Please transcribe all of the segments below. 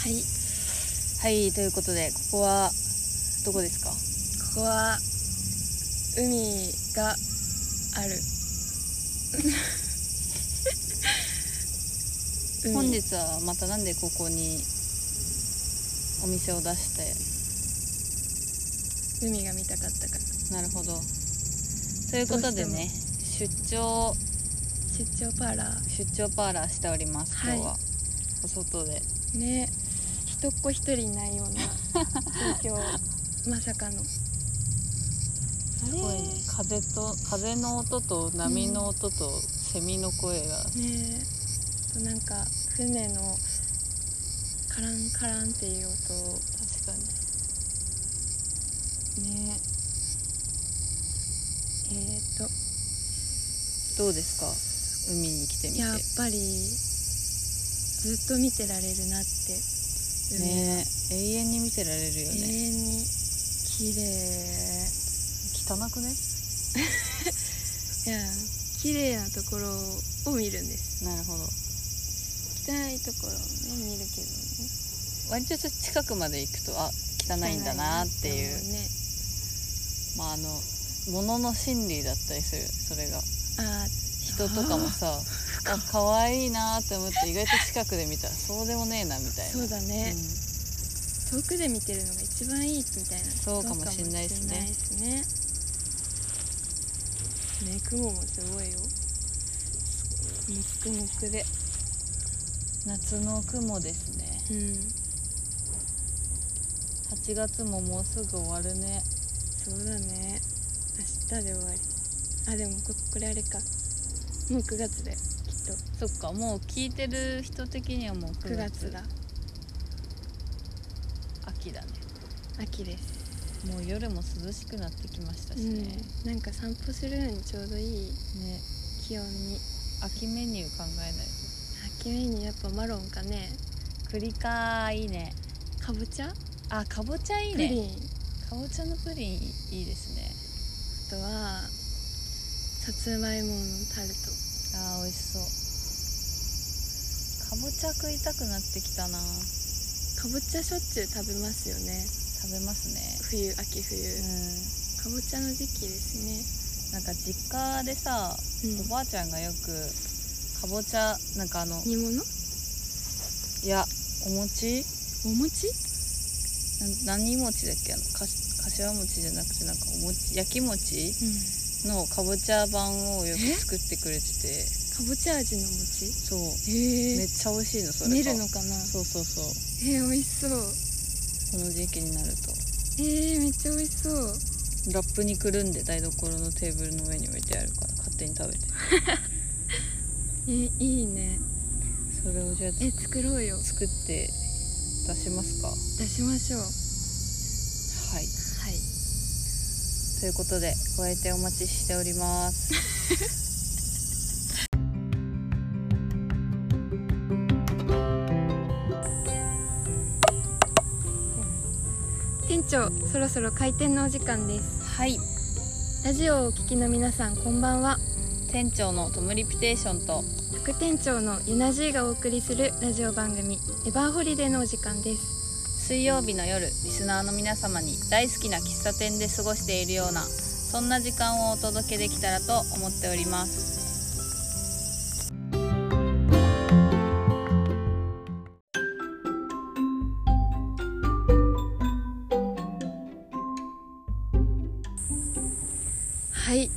はいはいということでここはどこですかここは海があ る海本日はまたなんでここにお店を出して海が見たかったからなるほどということでね出張出張パーラー出張パーラーしております今日は、はお外でね人っ子一人いないような 状況まさかのすごいね風と風の音と波の音とセミの声が、ねあとなんか船のカランカランっていう音確かにねえー、っとどうですか海に来てみてやっぱりずっと見てられるなって海ねえ永遠に見てられるよ永ね、遠に綺麗汚くねいや綺麗なところを見るんですなるほど汚いところをね見るけどね割とちょっと近くまで行くとあ汚いんだなっていう汚なってまああの物の心理だったりするそれが思うねあー人とかもさあ可愛いなって思って意外と近くで見たらそうでもねえなみたいなそうだねう、ん遠くで見てるのが一番いいみたいなそうかもしんないっすそうねかもしんないっすねね雲もすごいよむっくむくで夏の雲ですねうん8月ももうすぐ終わるねそうだね明日で終わりあでもここれあれかもう9月だよきっとそっかもう聞いてる人的にはもう9 9月月だ秋だね秋です、もう夜も涼しくなってきましたしうんね、なんか散歩するのにちょうどいいね気温に秋メニュー考えない秋めにやっぱマロンかねと栗かいいねかぼちゃあかぼちゃいいプリねンかぼちゃのプリンいいですねあとはさつまいものタルトあー美味しそうかぼちゃ食いたくなってきたなかぼちゃしょっちゅう食べますよね食べますね冬秋冬、うんかぼちゃの時期ですなんか実家でさ、ね、おばあちゃんがよくかぼちゃなんかあの煮物いやお餅お餅な何餅だっけあのかし柏餅じゃなくてなんかお餅焼き餅うんのかぼちゃ版をよく作ってくれててかぼちゃ味の餅そうへめっえちゃ美味しいのそれが練るのかなそうそうそうへえ美味しそうこの時期になるとへえめっちゃ美味しそうラップにくるんで台所のテーブルの上に置いてあるから勝手に食べてえいいねそれをじゃあえ作ろうよ作って出しますか出しましょうははいいということでご来店お待ちしております店長そろそろ開店のお時間ですはいラジオをお聞きの皆さんこんばんは店長のトムリピテーションと副店長のゆなじいがお送りするラジオ番組エバーホリデーのお時間です水曜日の夜リスナーの皆様に大好きな喫茶店で過ごしているようなそんな時間をお届けできたらと思っておりますはい、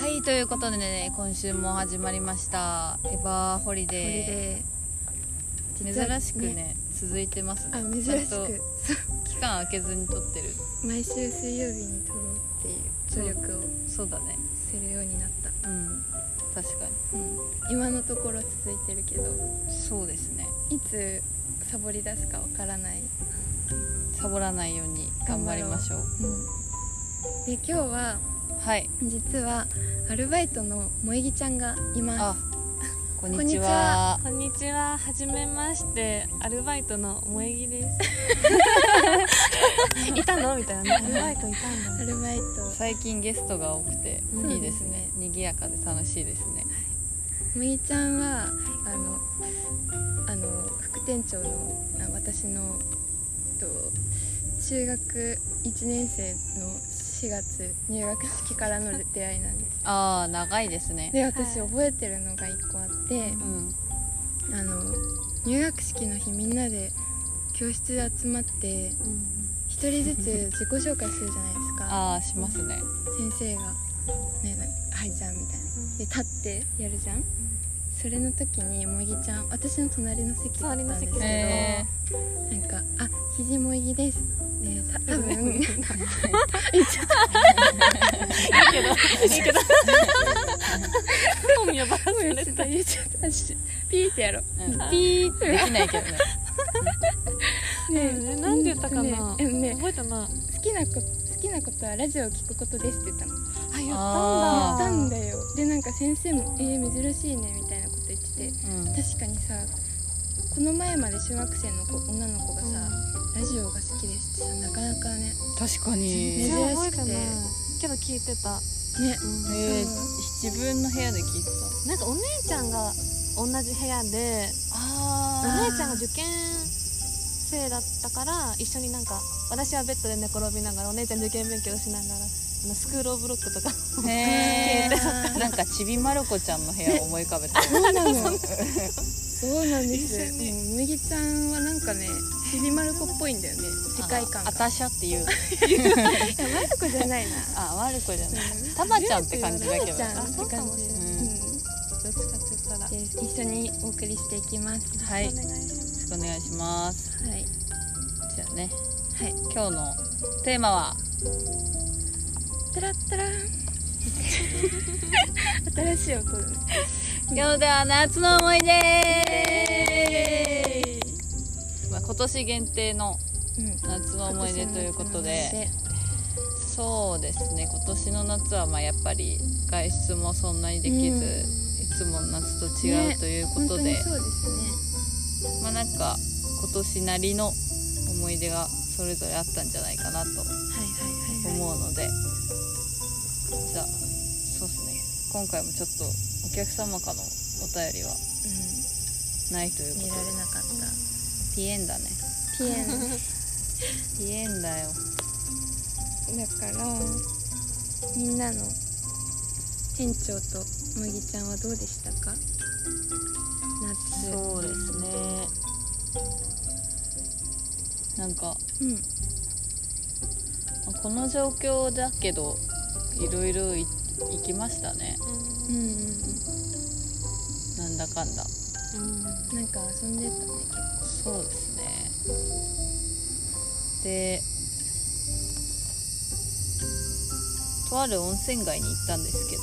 ホはいということでね今週も始まりましたエバーホリリデデー実は珍しくね続いてますねー。あ、珍しちゃんくと期間空けずに撮ってる 毎週水曜日に撮ろうっていう努力をそうだねするようになった。うん確かうん、今のところ続いてるけど、にそうですねいつサボり出すかわからない。サボらないように頑張りましょうで、今日ははい実はアルバイトの萌木ちゃんがいまあす。こんにちはこんにちは、はじめまして、アルバイトの萌木です。いたのみたいな、アルバイトいたんアだ。ルバイト。最近ゲストが多くてうんいいですね賑やかで楽しいですね萌木ちゃんはあのあの副店長のあ私のえっと中学1年生の4月入学式からの出会いなんですああ長いですねで私はい覚えてるのが1個あってうんあの入学式の日みんなで教室で集まってうん一人ずつ自己紹介するじゃないですかああしますね先生が「ねえはいじゃん」みたいなで立ってやるじゃんそれの時にもぎちゃん私の隣の席だったんですけど隣の席へえなんか「あ肘もぎです」でた多分い いけど本名ばらされちょったと言っちゃったしピーってやろうんうピーってできないけどねねえなんて言ったかな、ねえね覚えてないえ好きなこと好きなことはラジオを聞くことですって言ったのあ言あ言っったたんんだだよでなんか先生も「えー、珍しいね」みたいなこと言っててうん確かにさこの前まで小学生の子女の子がさ、ラジオが好きですってさなかなかね確かに珍しいね全然覚えてないけど聞いてた、ねうんえ自分の部屋で聞いてなんかお姉ちゃんが同じ部屋でたおあ姉ちゃんが受験生だったから一緒になんか私はベッドで寝転びながらお姉ちゃん受験勉強しながらあのスクール・オブ・ロックとかへえーなんかちびまる子ちゃんの部屋を思い浮かべたそうなの。そうなんです。一緒にうん麦ちゃんはなんかね、ちびまる子っぽいんだよね。世界観あが。あたしゃって言う のいやまる子じゃないな。あまる子じゃないうんたまちゃんって感じだけどちゃんねって感じ。うんどっちかって言ったらうん。で一緒にお送りしていきます。はいよお願いしますろしくお願いしますはい。じゃあねはい。今日のテーマはたらったら。新しい音だね。今日では夏の思い出まあ今年限定のうん。夏の思い出ということで今年の夏の思いそうですね今年の夏はまあやっぱり外出もそんなにできず、うんいつもの夏と違ねうというこ出本と当で、にそうですまあなんか今年なりの思い出がそれぞれあったんじゃないかなとね。はいはいはいはい。思うので、じゃあそうですね今回もちょっとお客様からのお便りはう。ないというんこ見とらでれなかった。ピエンだねピエン。ピエンだよだからみんなの店長と麦ちゃんはどうでしたか夏そうですねなんかうんまあこの状況だけどいろいろ行きましたねうんうんなんだかんだうんなんか遊んでたねそうですねでとある温泉街に行ったんですけど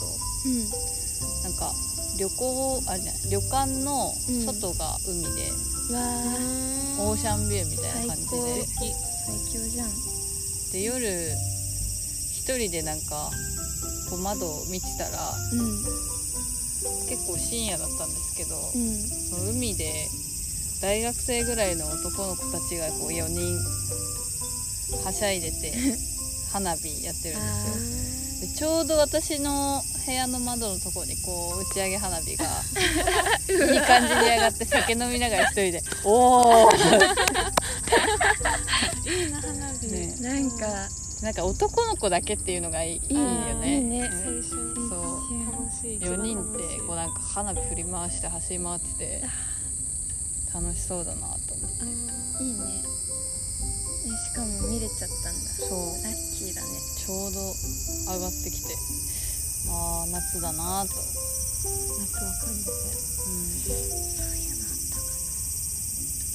なんか旅行あれじゃない旅館のうん外が海うで、んわあオーシャンビューみたいな感じで最強じゃんで夜一人でなんかこう窓を見てたらうん結構深夜だったんですけど、うんその海で大学生ぐらいの男の子たちがこう4人はしゃいでて 花火やってるんですよでちょうど私の部屋の窓のところにこう打ち上げ花火 がいい感じに上がって酒飲みながら一人で「おお!」いいな花火、ねなんかなんか男の子だけっていうのがいいいいよね。いいね青うん春そう楽しい4人っ一てこう番な楽んか花火振り回して走り回ってて楽しそうだなと思ってしいいねえしかも見れちゃったんだそうラッキーだねちょうど上がってきてああ夏だなと、い夏を感じてそういうのあったか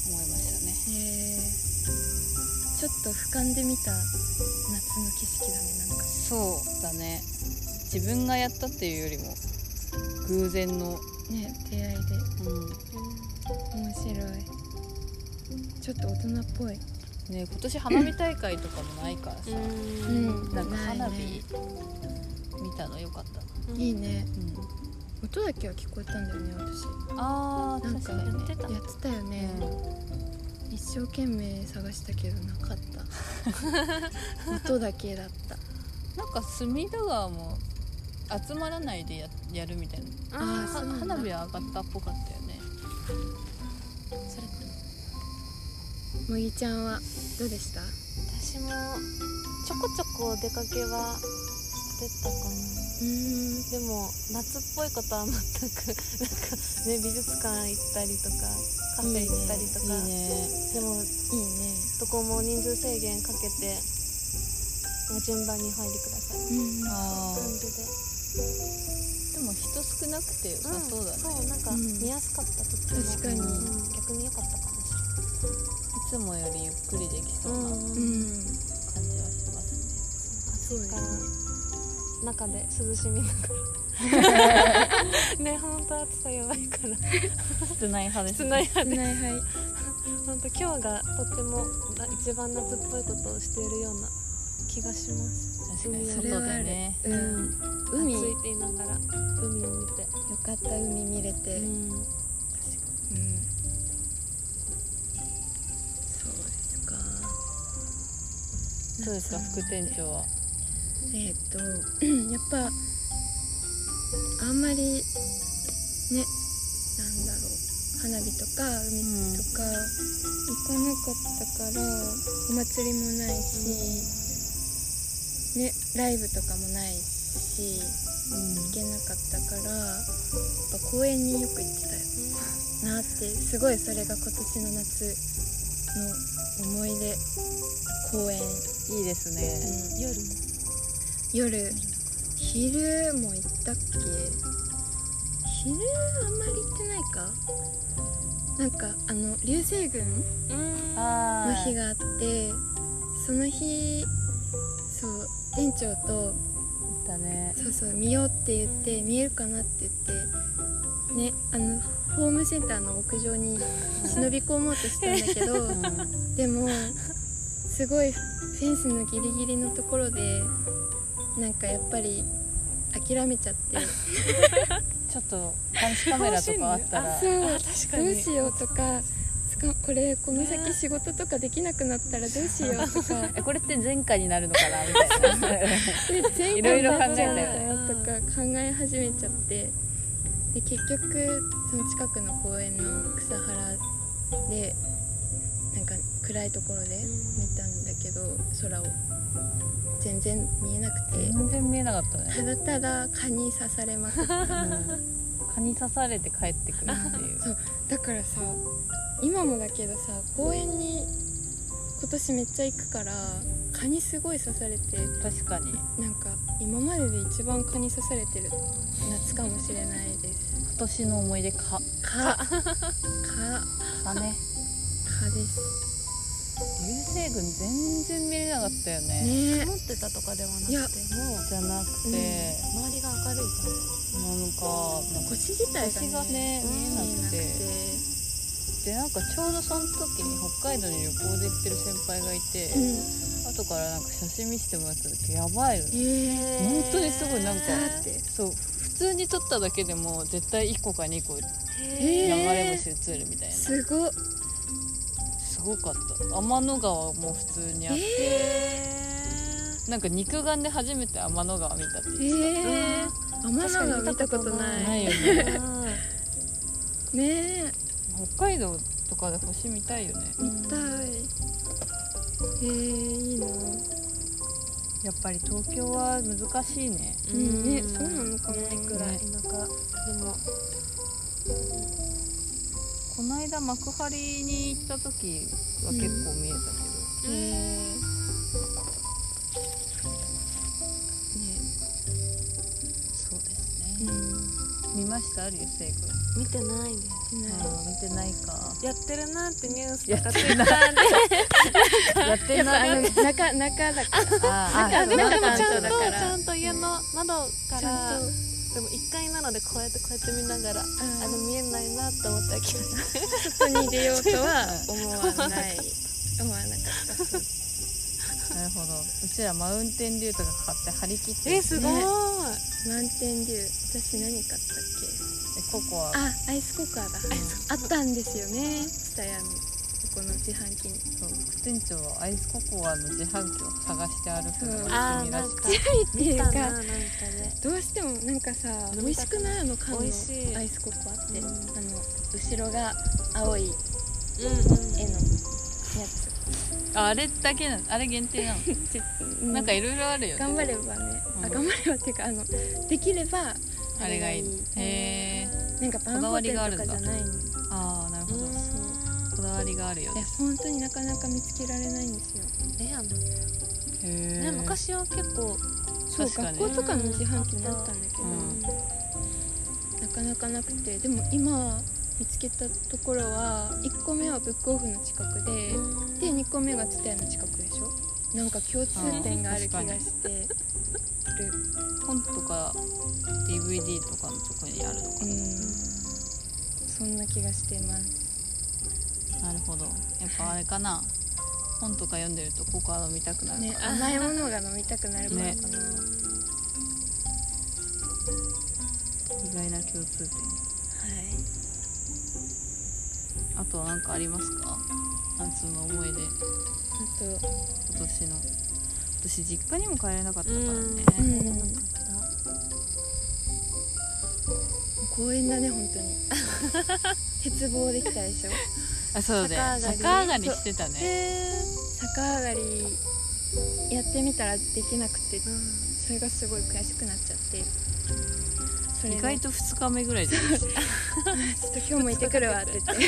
思いましたねなへえちょっと俯瞰で見た夏の景色だねなんかそうだね自分がやったっていうよりも偶然の、ね出会いでう面白いちょっと大人っぽい、ん、ね今年花火大会とかもないからさ、うんなんか花ないね火見たのよかったな、いいねう音だけは聞こえたんだよね私ん、ああなん確かかにねやってたやってたよね、一生懸命探したけどなかった 音だけだったなんか隅田川も集まらないでややるみたいなあーはそうなんだ花火は上がったっぽかったよねそれむぎちゃんはどうでした私もちょこちょこお出かけはしてたかなうんでも夏っぽいことは全くなんかね美術館行ったりとかカフェ行ったりとか、いいねでもいいねどこも人数制限かけて順番に入りくださいうんあ感ーじででも人少なくて良さそうだね、そうなんかうん見やすかったとっても確かにうん逆に良かったかもしいつもよりゆっくりできそれうなな感うい、うんんじはし ます暑そうでいすかねら中で涼しみな がらね本当暑さ弱いからね室内派です室ね内室内派はい本当今日がとってもな一番夏っぽいことをしているような気がします確かに外でねううんん海暑いよって言いながら海を見て、かった海見れて、うんうんそうですかどうですか副店長はえっ、と やっぱあんまりねなんだろう花火とか海とか行かなかったからお祭りもないし、ねライブとかもないし行けなかったからやっぱ公園によく行ってたよなってすごいそれが今年の夏の思い出公園いいですね、夜夜昼も行ったっけ昼あんまり行ってないかなんかあの流星群うんあのあ日があってその日そう店長とだねそうそう見ようって言って見えるかなって言ってねあのホームセンターの屋上に忍び込もうとしたんだけどうんでもすごいフェンスのギリギリのところでなんかやっぱり諦めちゃってちょっと監視カメラとかあったらそうあ確かどにうしようとかつかこれこの先仕事とかできなくなったらどうしようとかえこれって前科になるのか なみたいなで全いろい部ろ考なえったちゃようんねだよとか考え始めちゃってで結局その近くの公園の草原でなんか暗いところで見たんだけど空を全然見えなくて。全然見えなかったね ただただ蚊に刺されまくったうん蚊に刺されて帰ってくるっていうそうだからさ今もだけどさ公園に今年めっちゃ行くから蚊にすごい刺されて確かに今なんか今までで一番蚊に刺されてる夏かもしれないです年の思い出蚊蚊蚊蚊ね蚊です流星群全然見えなかったよねね曇ってたとかではなくていもやうじゃなくて、周りが明るいかなんかなんか腰自体星ががねねうん見えな見えなくくててでなんかちょうどその時に北海道に旅行で行ってる先輩がいて、うん後からなんか写真見せてもらった時やばいよねえら本当にすごいなんかー、だってそう普通に撮っただけでも絶対1個か2個流へえーれ星映るみたいな、すごっすごかった天の川も普通にあって、なんか肉眼で初めて天の川見たってえ言っー、て天確のかに川見たことた、なないいよねえーねえ北海道とかで星見たいよね見たいえー、いいなやっぱり東京は難しいねうんねそうなのかなねくらい田舎でもこの間幕張に行った時は結構見えたけえど、ー、ねそうですうね、ん見ました流星群見てないねなあー見てないかやってるなってニュースやとかってないやってないあの中中だからああーでも中でものちゃ人んだとからちゃんと家の窓かちゃらんとでも1階なのでこうやってこうやって見ながらああのの見えないなって思って諦めて外に出ようとは思わない思わなかったそうなるほどうちらマウンテンデューとか買って張り切ってえすごいね満点流私何買ったっけでココアあアイスココアだあったんですよね蔦屋のここの自販機にそう副店長はアイスココアの自販機を探して歩くのがあ趣ー味らなしんくかてってい見うたかななんかねどうしてもなんかさ飲みた美味しくくないあの缶のア美イ味しいスココアって、うんあの後ろが青いうん絵のやつああれだけなのあれ限定なの、ちうなんかいろいろあるよね頑張ればね、うんあ頑張ればっていうかあのできればあれがいいのへえなんかバンこだホわテりルがあるとんだかじゃないのああなるほど、うんそうこだわりがあるよいやね本当になかなか見つけられないんですよレアな、へね、え昔は結構そう確かに学校とかの自販機にあったんだけど、うんなかなかなくてでも今見つけたところは1個目はブックオフの近くで、で2個目が蔦屋の近くでしょなんか共通点がある気がしてる本とか DVD とかのとこにあるのかうんそんな気がしてますなるほどやっぱあれかな本とか読んでるとココア飲みたくなるねから、甘いものが飲みたくなるからかな、意外な共通点あとは何かありますか夏の思はいい出あと今年の私実家にも帰れなかったからね、ううん公園だね本当に 鉄棒できたでしょあそうだよ逆上が逆上がりりしてたねへ逆上がりやってみたらできなくてーそれがすごい悔しくなっちゃってそれ意で外と2日目ぐらいじゃないちょっと今日も行ってくるわって言って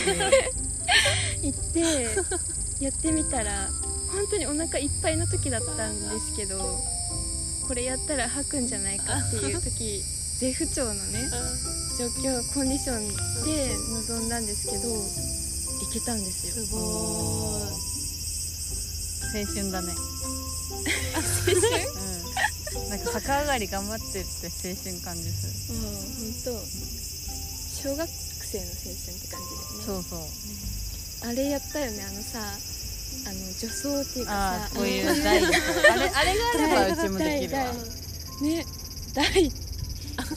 行ってやってみたら本当にお腹いっぱいの時だったんですけどこれやったら吐くんじゃないかっていう時 絶不調のね状況コンディションで臨んだんですけど行けたんですよすごい 青春だね青春、うん、なんか逆上がり頑張ってって青春感じすもう本当小学生の青春って感じだよねるそうそうあれやったよねあのさあの女装っていうかあさあこういう台とかあれあれがあればうちもできるわ台 ね大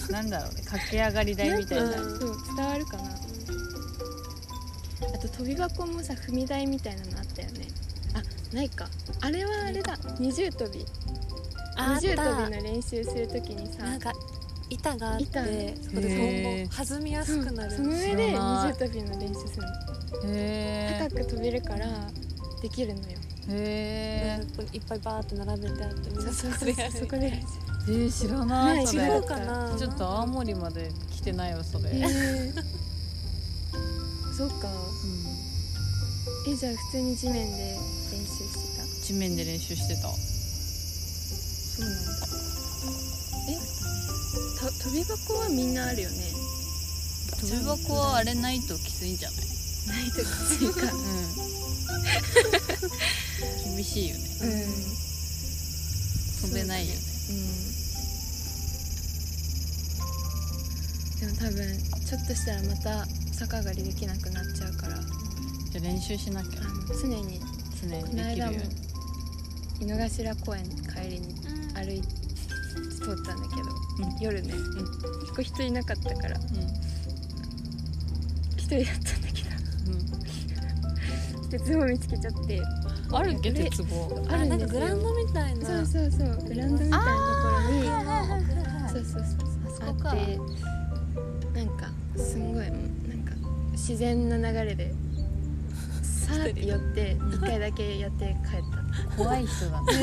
なんだろうね駆け上がり台みたいななんかそう伝わるかなあと飛び箱もさ踏み台みたいなのあったよねあないかあれはあれだ二重跳びあ二重跳っびの練習するときにさたなんか板があって板ねそこで今後弾みやすくなるその上で知二重らない跳びの練習するのへ高く飛べるからできるのよえへなんかいっぱいバーって並べてあってみんなそこでやるそこで えー、知らなないいそれ違うかなちょっと青森まで来てないわそれ、うん、えーそうかえじゃあ普通に地面で練習してた地面で練習してたそうなんだえた飛び箱はみんなあるよね飛び箱はあれないときついんじゃないないときついかうん 厳しいよねうん、うん、飛べないよねでも多分ちょっとしたらまた逆上がりできなくなっちゃうからあじゃあ練習しなきゃの常に常にこのできるよ間うもに井の頭公園帰りに歩いて通ったんだけど、うん夜ね、結構人いなかったから一人だったんだけうんど 鉄棒見つけちゃってうん、あるっけ鉄棒ああるなんんでかすグよラウンドみたいなそうそうそうグラウンドみたいなところにそうそうそうあそこかあってなんかすんごいなんか自然な流れで さらって寄って一回だけやって帰 った怖い人だね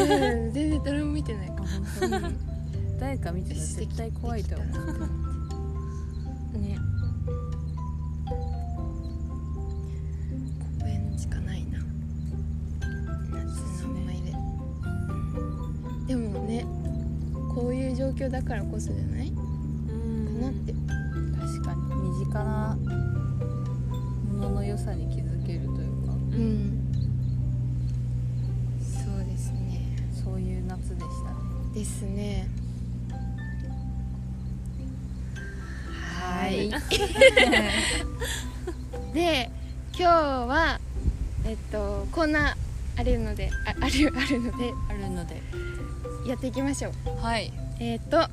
全然誰も見てないかあ本当に誰か見てたら素敵絶対怖いと思うね公園しかないな夏の思い出でもねこういう状況だからこそじゃないかうんなって確かに身近なものの良さに気づけるというかうんそうですねそういう夏でしたねですねはいで今日はえっとこんなあるのでああるあるので あるのでやっていきましょうはいえっと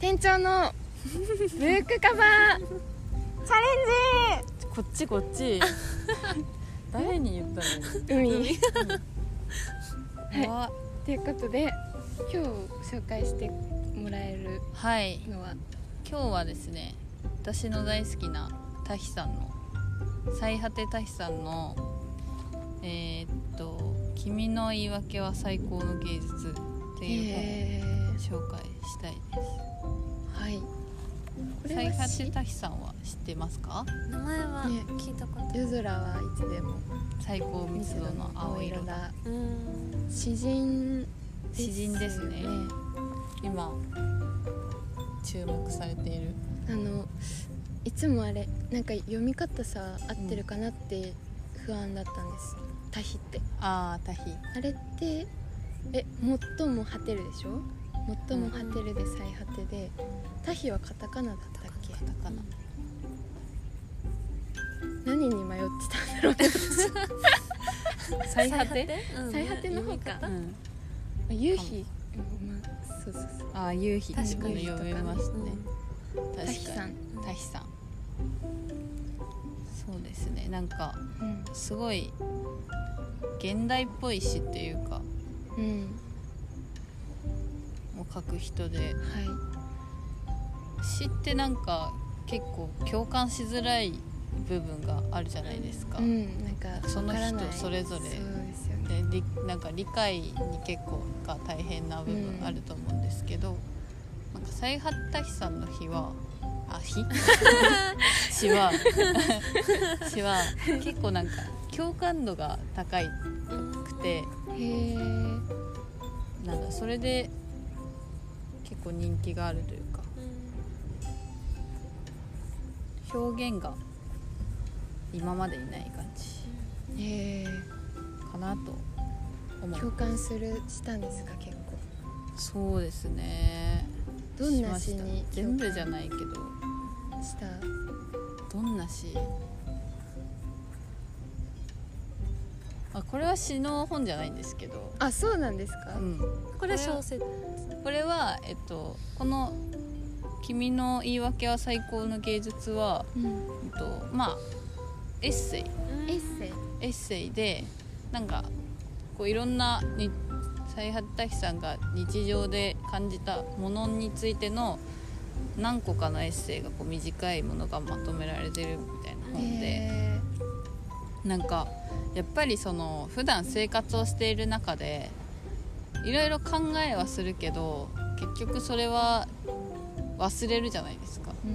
店長 のブックカバーチャレンこっちこっ ち誰に言ったジ海 の怖っということで今日紹介してもらえるはいのは今日はですね私の大好きなタヒさんの最果てタヒさんのえーっと「君の言い訳は最高の芸術」っていうえ本を紹介したいですーはいこれ最は果してたひさんは知ってますか名前はね聞いたこと夜空はいつでも最高密度の青色だうーん詩人詩人ですねよ今注目されているあのいつもあれなんか読み方さ合ってるかなって不安だったんです「タヒ」ってああたひあれってえ最も果てるでしょ最も果てるで最果てで「タヒ」はカタカナだったっけカタカナ何に迷ってたんだろう ね最果てうん最果ての方かうんあ夕日うんまあそうそうそうああ夕日確かに読めましたねタヒ確かさにん、たひさんそうですねなんかうんすごい現代っぽい詩っていうかうん、もう書く人ではい詩ってなんか結構共感しづらい部分があるじゃないですか、うん、なんかそのわ人からないそれぞそれうですよねでりなんか理解に結構が大変な部分あると思うんですけど、なんか再発達さんの日は あ日詩は 詩は結構なんか共感度が高いくてへえなんだそれで結構人気があるというか表現が今までいない感じへえかなと思共う感するしたんですか結構そうですねどんなし詩まにした全共部感じゃないけどしたどんな詩あこれは詩の本じゃないんですけど、あそうなんですか、うん、これ小説これは、えっと、この「君の言い訳は最高の芸術はうん」えっと、まあエッセイエッセイエッセイでなんかこういろんなに再発達さんが日常で感じたものについての何個かのエッセイがこう短いものがまとめられてるみたいな本で。へなんかやっぱりその普段生活をしている中でいろいろ考えはするけど結局それは忘れるじゃないですかえう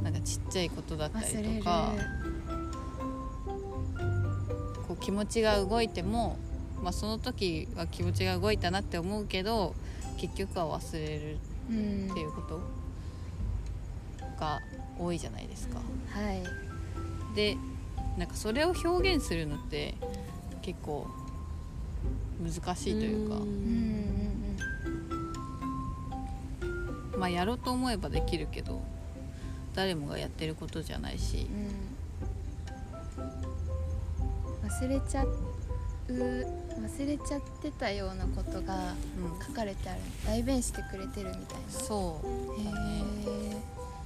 んなんかちっちゃいことだった忘りれとるかこう気持ちが動いても、まあ、その時は気持ちが動いたなって思うけど結局は忘れるうんっていうことが多いじゃないですか。はいでなんかそれを表現するのって結構難しいというか、うんうんまあやろうと思えばできるけど誰もがやってることじゃないしうんうん忘れちゃう忘れちゃってたようなことがうん書かれてある代弁してくれてるみたいそうだねなへえ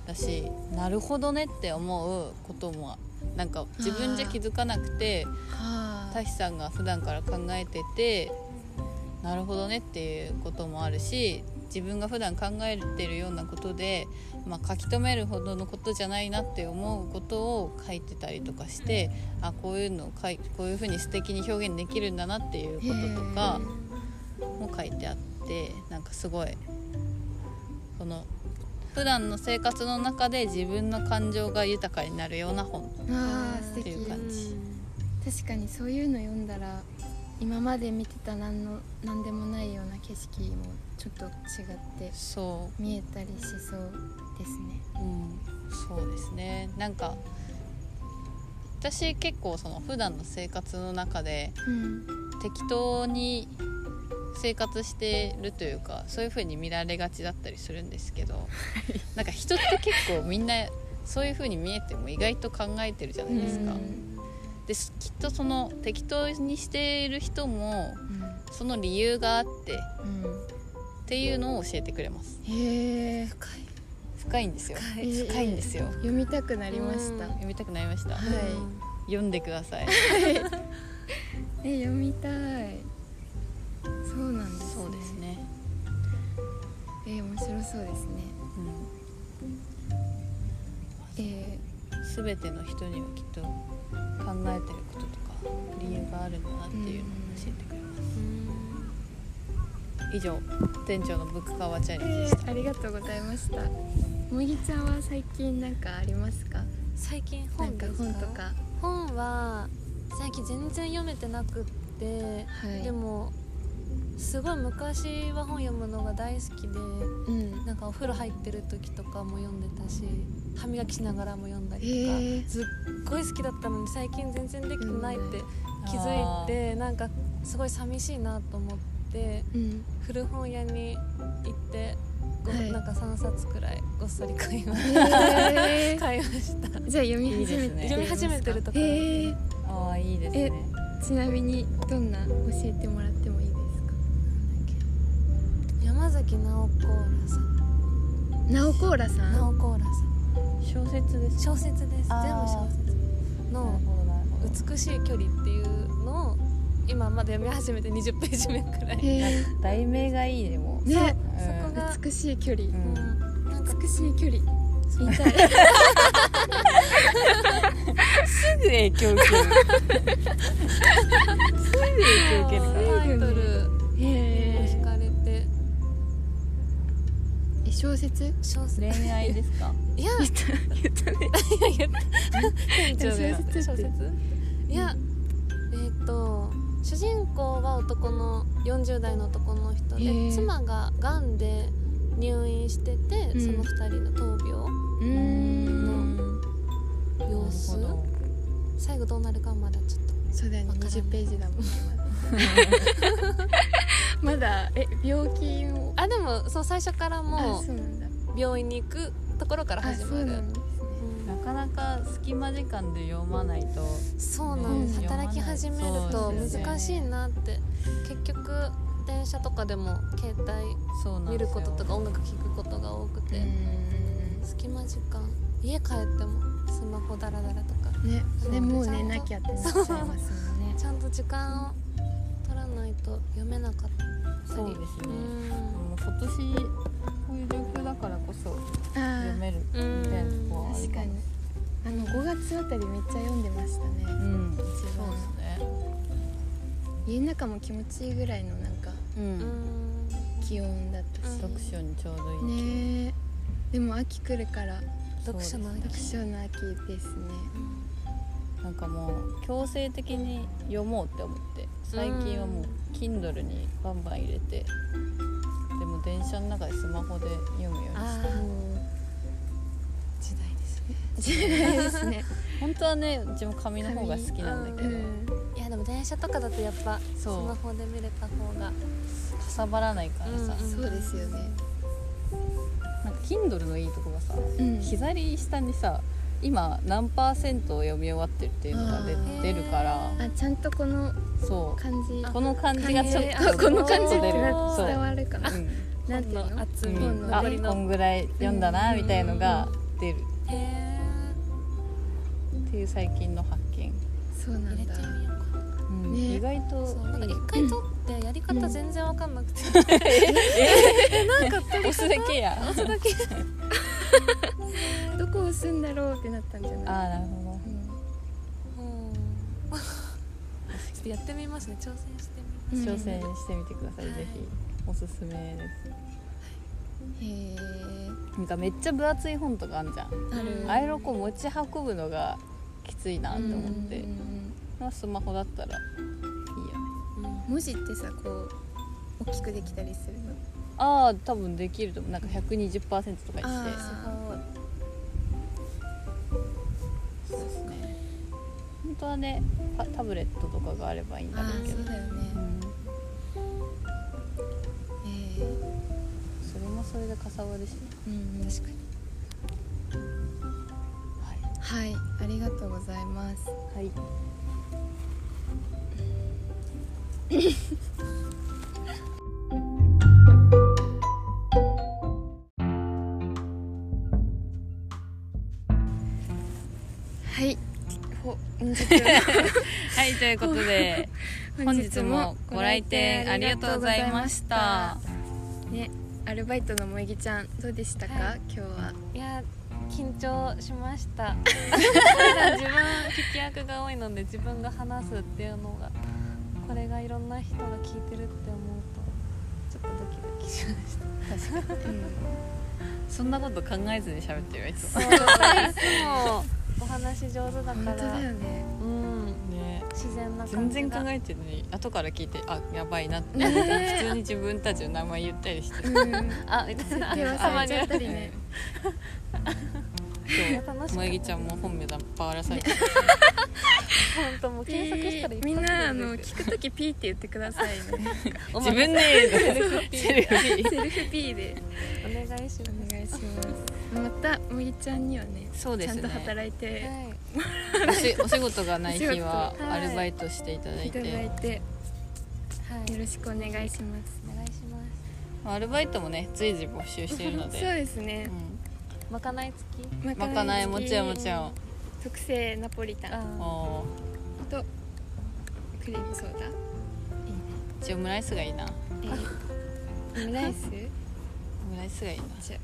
だしなるほどねって思うこともなんか自分じゃ気づかなくてはタヒさんが普段から考えててなるほどねっていうこともあるし自分が普段考えてるようなことで、まあ、書き留めるほどのことじゃないなって思うことを書いてたりとかしてあこういうのを書いこういうふうに素敵に表現できるんだなっていうこととかも書いてあってなんかすごいこの普段の生活の中で自分の感情が豊かになるような本ああー素って敵いう感じ確かにそういうの読んだら今まで見てた何の何でもないような景色もちょっと違ってそう見えたりしそうですね。うん、そうですねなんか私結構その普段の生活の中でうん、適当に生活してるというかそういう風に見られがちだったりするんですけどなんか人って結構みんなそういう風に見えても意外と考えてるじゃないですか。うんですきっとその適当にしている人もその理由があってっうんうん、ていうのを教えてくれます。へえ深い深いんですよ。深いえ深いんですよ。読みたくなりました。読みたくなりました。はい読んでください。え読みたい。そうなんです、ね。そうです。ね。え面白そうですね。えすべての人にはきっと考えてることとか理由があがあるんだなっていうのを教えてくれます、うん以上店長のブックカバーチャレンジえでした、ーありがとうございましたもぎちゃんは最近なんかありますか最近なん本かです本とか本は最近全然読めてなくって、はいでもすごい昔は本読むのが大好きでうんなんかお風呂入ってる時とかも読んでたし歯磨きしながらも読んだえりとか、ー、すっごい好きだったのに最近全然できてないって気づあいーてなんかすごい寂しいなと思ってうん古本屋に行って、ごはいなんか3冊くらいごっそり買いま えー 買いましたじゃあ読み始いめいですねて読み始めてるとこころろ、えー、ああいいですえねちなみにどんな教えてもらってもいいですか山崎直子らさんナオコーラさん直子らさん小説です小説ですあー全部小説なるのほどなるほど「美しい距離」っていうのを今まで読み始めて20ページ目くらい、え題名がいいでもー、ねうんそこが美しい距離、うんうんなんか美しい距離そう言いたいすぐ影響受けるすぐ影響受けるからタイトルえ惹ーかれてえ小説小説恋愛ですかいや言った言ったねいや言った小説って小説いやえっ、と主人公は男の40代の男の人へでー妻ががんで入院してて、うんその2人の闘病ううーんんな様 る子ほど最後どうなるかはまだちょっと そうだよねわからない20ページだもんねまだまだえ病気をあでもそう最初からあもそうなんだう病院に行くところからあ始そまうなるんですねうんなかなか隙間時間で読まないとそうなんです、うん働き始めるとそうですよね難しいなって、結局電車とかでも携帯そうなんで見るすよこととか音楽聴くことが多くて、う隙間時間家帰ってもスマホダラダラとかんねそうでもう寝なきゃってなっちゃいますもんねちゃんと時間を取らないと読めなかったりそうですねうんもう今年こういう状況だからこそあ読めるみうんたいなとこあはある確かにあの5月あたりめっちゃ読んでましたねうんそう一番ですね家の中も気持ちいいぐらいのなんかううんん気温だったしうん読書にちょうどいいねえでも秋来るからそうで読す書の秋読書の秋ですねなんかもう強制的に読もうって思って最近はもううん Kindle にバンバン入れてでも電車の中でスマホで読むようにしてあ 時代ですね時代ですね本当はねうちも紙の方が好きなんだうけど、んいやでも電車とかだとやっぱスそうマホで見れた方がかさばらないからさ、うんうんなんかそうですよね Kindle のいいとこがさ、うん左下にさ今何パーセントを読み終わってるっていうのが出あー出るからあちゃんとこのそう感じこの感じがち感ょじっとあこの感じちょっっとて出るなそう伝わるかななんていう本のの厚うんみ本うん、のあ割こんぐらい読んだなみたいのが出るへえっていう最近の発見、そうな入れんてだみようかうんね意外とそうなんか一回撮ってやり方全然わかんなく て、押すだけやあそれだけどこを押すんだろうってなったんじゃあないーなるほうんうんちょっとやってみますね挑戦してみますどうん挑戦してみてください、はいぜひおすすめですへえなんかめっちゃ分厚い本とかあるじゃんあるうんああいうのこう持ち運ぶのがきついなと思って、うんうんまあスマホだったらいいよねうん文字ってさこう大きくできたりするのああ多分できると思うなんか120%とかにしてあそうですね本当はねタタブレットとかがあればいいんだろあうけーそどうだよねうんええそれもそれでかさばるしねうん確かにはいはいありがとうございますはい。はいほ本日ははい、ということで、 本日もご来店ありがとうございました。ねアルバイトの萌木ちゃんどうでしたか、は 今日はいや緊張しました普段自分聞き役が多いので自分が話すっていうのがこれがいろんな人が聞いてるって思うとちょっとドキドキしました確かに、そんなこと考えずに喋ってるよいつもそういつもお話上手だ本か当らだよねうんね自然な全感じ然考がえてるのに後から聞いてあやばいなって、ね普通に自分たちの名前言った りしてうんあみたいな手忘れちゃったまにやぱりねそう楽しか萌木っちゃんも本名だパワラサイト た本当もう検索したらえ一ー発みでんなあ出のてくる聞くときピーって言ってくだ さいねお自前分でセルフセルフピーでお願いしますお願いしますまたもぎちゃんにはねそうでちゃすんとね働いてはいおしお仕事がない日はお仕事アルバイトしていただいいて、ただいてはいよろしくお願いしますお願いしますアルバイトもね随時募集しているのそうで、ですねうまかない付きん、まかないもちろんもちろん特製ナポリタンあおとクリームソーダーじゃあオムライスがいいなオえーオムライスムライスがいいなじゃ,、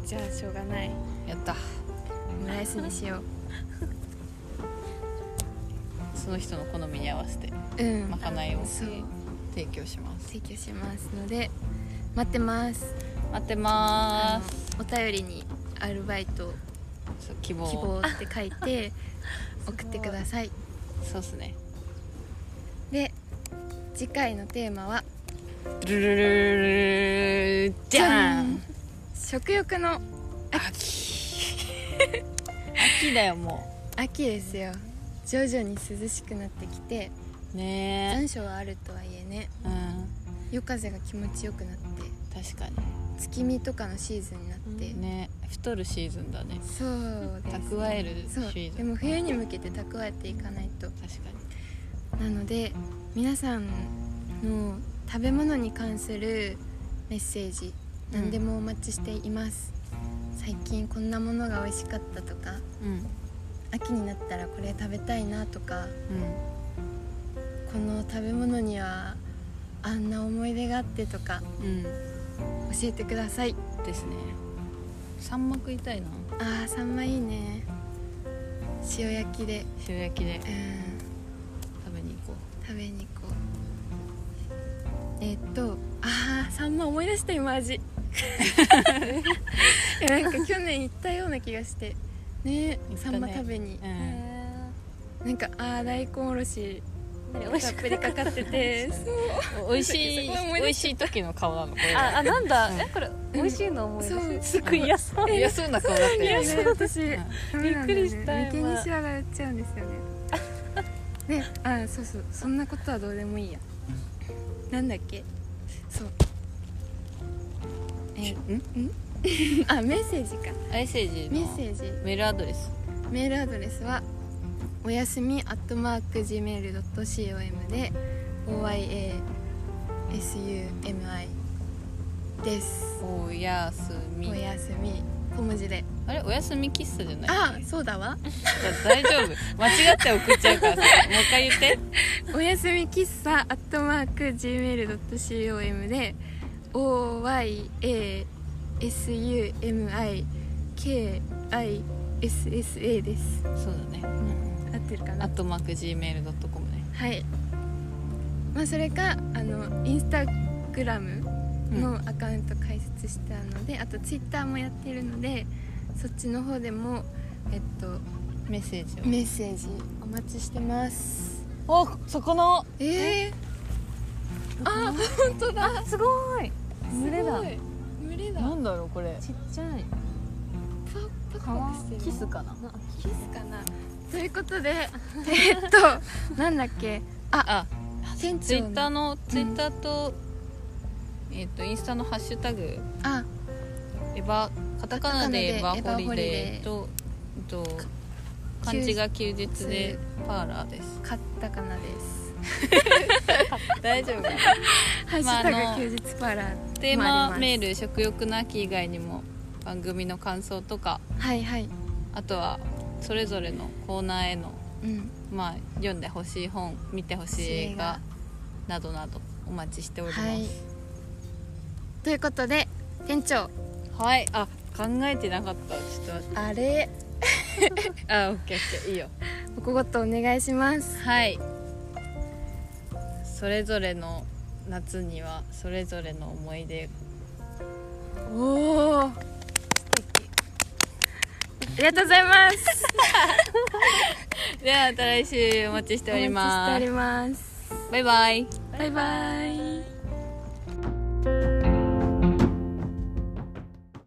うん、じゃあしょうがないやったオムライスにしよその人の好みに合わせてううんまかないをそう提供します提供しますので待ってます待ってあまのお便りにアルバイトすそう希望希望って書いて送ってくださいそうっすねで次回のテーマはドゥルルルルルじゃん食欲の秋秋だよも秋ですよ徐々に涼しくなってきてうね残暑はあるとはいえねえうん夜風が気持ちよくなって確か月見とかのシーズンになって、にね太るシーズンだねそうです蓄えるシそうーズでンも冬に向けて蓄えていかないと確かなので皆さんの食べ物に関するメッセージうん何でもお待ちしています、最近こんなものが美味しかったとかにうん秋になったらこれ食べたいなとかこうんの食べ物にはあんな思い出があってとかうん教えてくださいですね三幕痛いなあーサンマいいね塩焼きで塩焼きでうん食べに行こ食べに行こうえーっとあーサンマ思い出した今味いやなんか去年行ったような気がしてね行ったサねンマ食べにう、うへん、なんかあー大根おろしえ何美味たしっくぷりかかってて美味しいそこ思い出した美味しい時の顔なのこれああなんだうんえこれ美味しいの思い出そうすすごい嫌そう嫌そうな顔だったよいねやね私びっくりした眉間今にシワが寄っちゃうんですよねねあーそうそうそんなことはどうでもいいやなんだっけそうえんーあメッセージかメッセージメッセのージメールアドレスメールアドレスはおやすみアットマーク Gmail.com で OYASUMI ですおやすみおやすみ小文字であれおやすみ喫茶じゃないあそうだ わ大丈夫間違って送っちゃうからさもう一回言っておやすみ喫茶アットマーク Gmail.com で OYASUMIKISSA ですそうだね合ってるかアなットマーク Gmail.com ねはいまあそれかあのインスタグラムのアカウント開設したので、あとツイッターもやってるのでそっちの方でもえっとメッセージメッセージお待ちしてますをおそこのええあ本当だあすごい群れだすごい群れだなんだろうこれちっちゃいパクかパわクしているキスかななキスかなということ でえっとなんだっけあ店長ツイッターののツイッターとえっとインスタのハッシュタグあエヴァカタカナでエヴァホリデーとえっと漢字が休日でパーラーです買ったかなです 大丈夫ハッシまュああタのグ休日パーラーテーマメール食欲の秋以外にも番組の感想とかはいはいあとはそれぞれのコーナーへのうんまあ読んでほしい本見てほしい映画などなどお待ちしておりますはいということで店長はい、あ考えてなかったちょっと待っあれてあオッケーオッケーいいよおこごとお願いしますはいそれぞれの夏にはそれぞれの思い出おおありがとうござい ますではまた来週お待ちしておりお待ちしておまりますすバイバイバイバイ